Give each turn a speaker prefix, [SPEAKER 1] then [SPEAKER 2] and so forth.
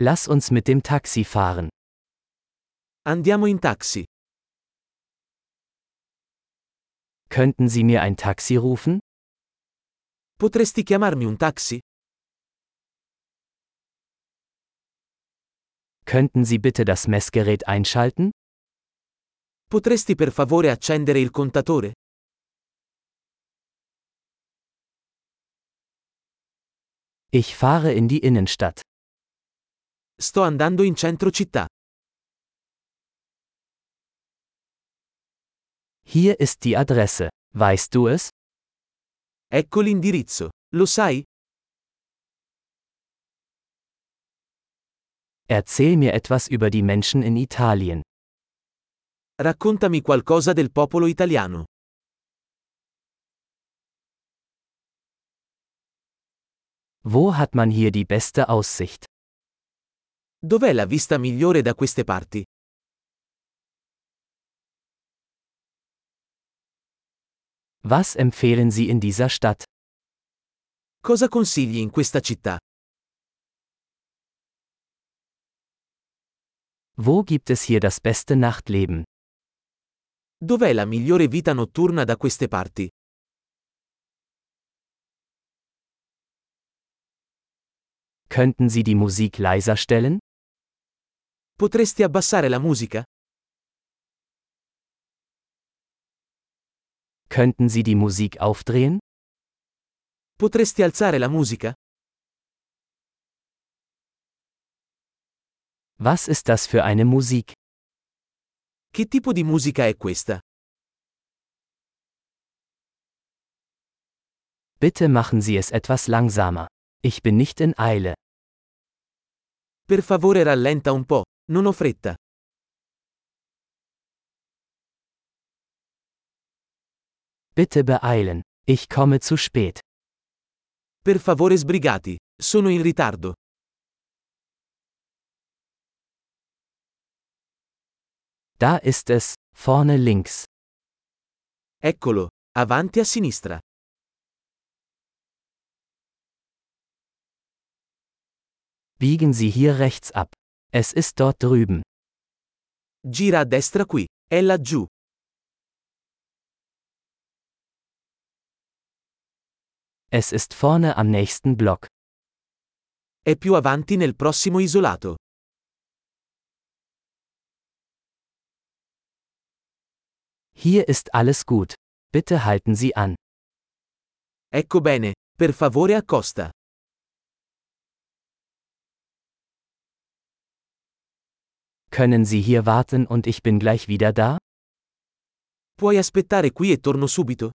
[SPEAKER 1] Lass uns mit dem Taxi fahren.
[SPEAKER 2] Andiamo in taxi.
[SPEAKER 1] Könnten Sie mir ein Taxi rufen?
[SPEAKER 2] Potresti chiamarmi un taxi?
[SPEAKER 1] Könnten Sie bitte das Messgerät einschalten?
[SPEAKER 2] Potresti per favore accendere il contatore?
[SPEAKER 1] Ich fahre in die Innenstadt.
[SPEAKER 2] Sto andando in centro città.
[SPEAKER 1] Hier ist die Adresse. Weißt du es?
[SPEAKER 2] Ecco l'indirizzo. Lo sai?
[SPEAKER 1] Erzähl mir etwas über die Menschen in Italien.
[SPEAKER 2] Raccontami qualcosa del popolo italiano.
[SPEAKER 1] Wo hat man hier die beste Aussicht?
[SPEAKER 2] Dov'è la vista migliore da queste parti?
[SPEAKER 1] Was empfehlen Sie in dieser Stadt?
[SPEAKER 2] Cosa consigli in questa città?
[SPEAKER 1] Wo gibt es hier das beste Nachtleben?
[SPEAKER 2] Dov'è la migliore vita notturna da queste parti?
[SPEAKER 1] Könnten Sie die Musik leiser stellen?
[SPEAKER 2] Potresti abbassare la musica?
[SPEAKER 1] Könnten Sie die Musik aufdrehen?
[SPEAKER 2] Potresti alzare la musica?
[SPEAKER 1] Was ist das für eine Musik?
[SPEAKER 2] Che tipo di musica è questa?
[SPEAKER 1] Bitte machen Sie es etwas langsamer. Ich bin nicht in Eile.
[SPEAKER 2] Per favore rallenta un po', non ho fretta.
[SPEAKER 1] Bitte beeilen. Ich komme zu spät.
[SPEAKER 2] Per favore sbrigati, sono in ritardo.
[SPEAKER 1] Da ist es, vorne links.
[SPEAKER 2] Eccolo, avanti a sinistra.
[SPEAKER 1] Biegen Sie hier rechts ab. Es ist dort drüben.
[SPEAKER 2] Gira a destra qui, è laggiù.
[SPEAKER 1] Es ist vorne am nächsten Block.
[SPEAKER 2] È più avanti nel prossimo isolato.
[SPEAKER 1] Hier ist alles gut. Bitte halten Sie an.
[SPEAKER 2] Ecco bene, per favore accosta.
[SPEAKER 1] Können Sie hier warten und ich bin gleich wieder da?
[SPEAKER 2] Puoi aspettare qui e torno subito?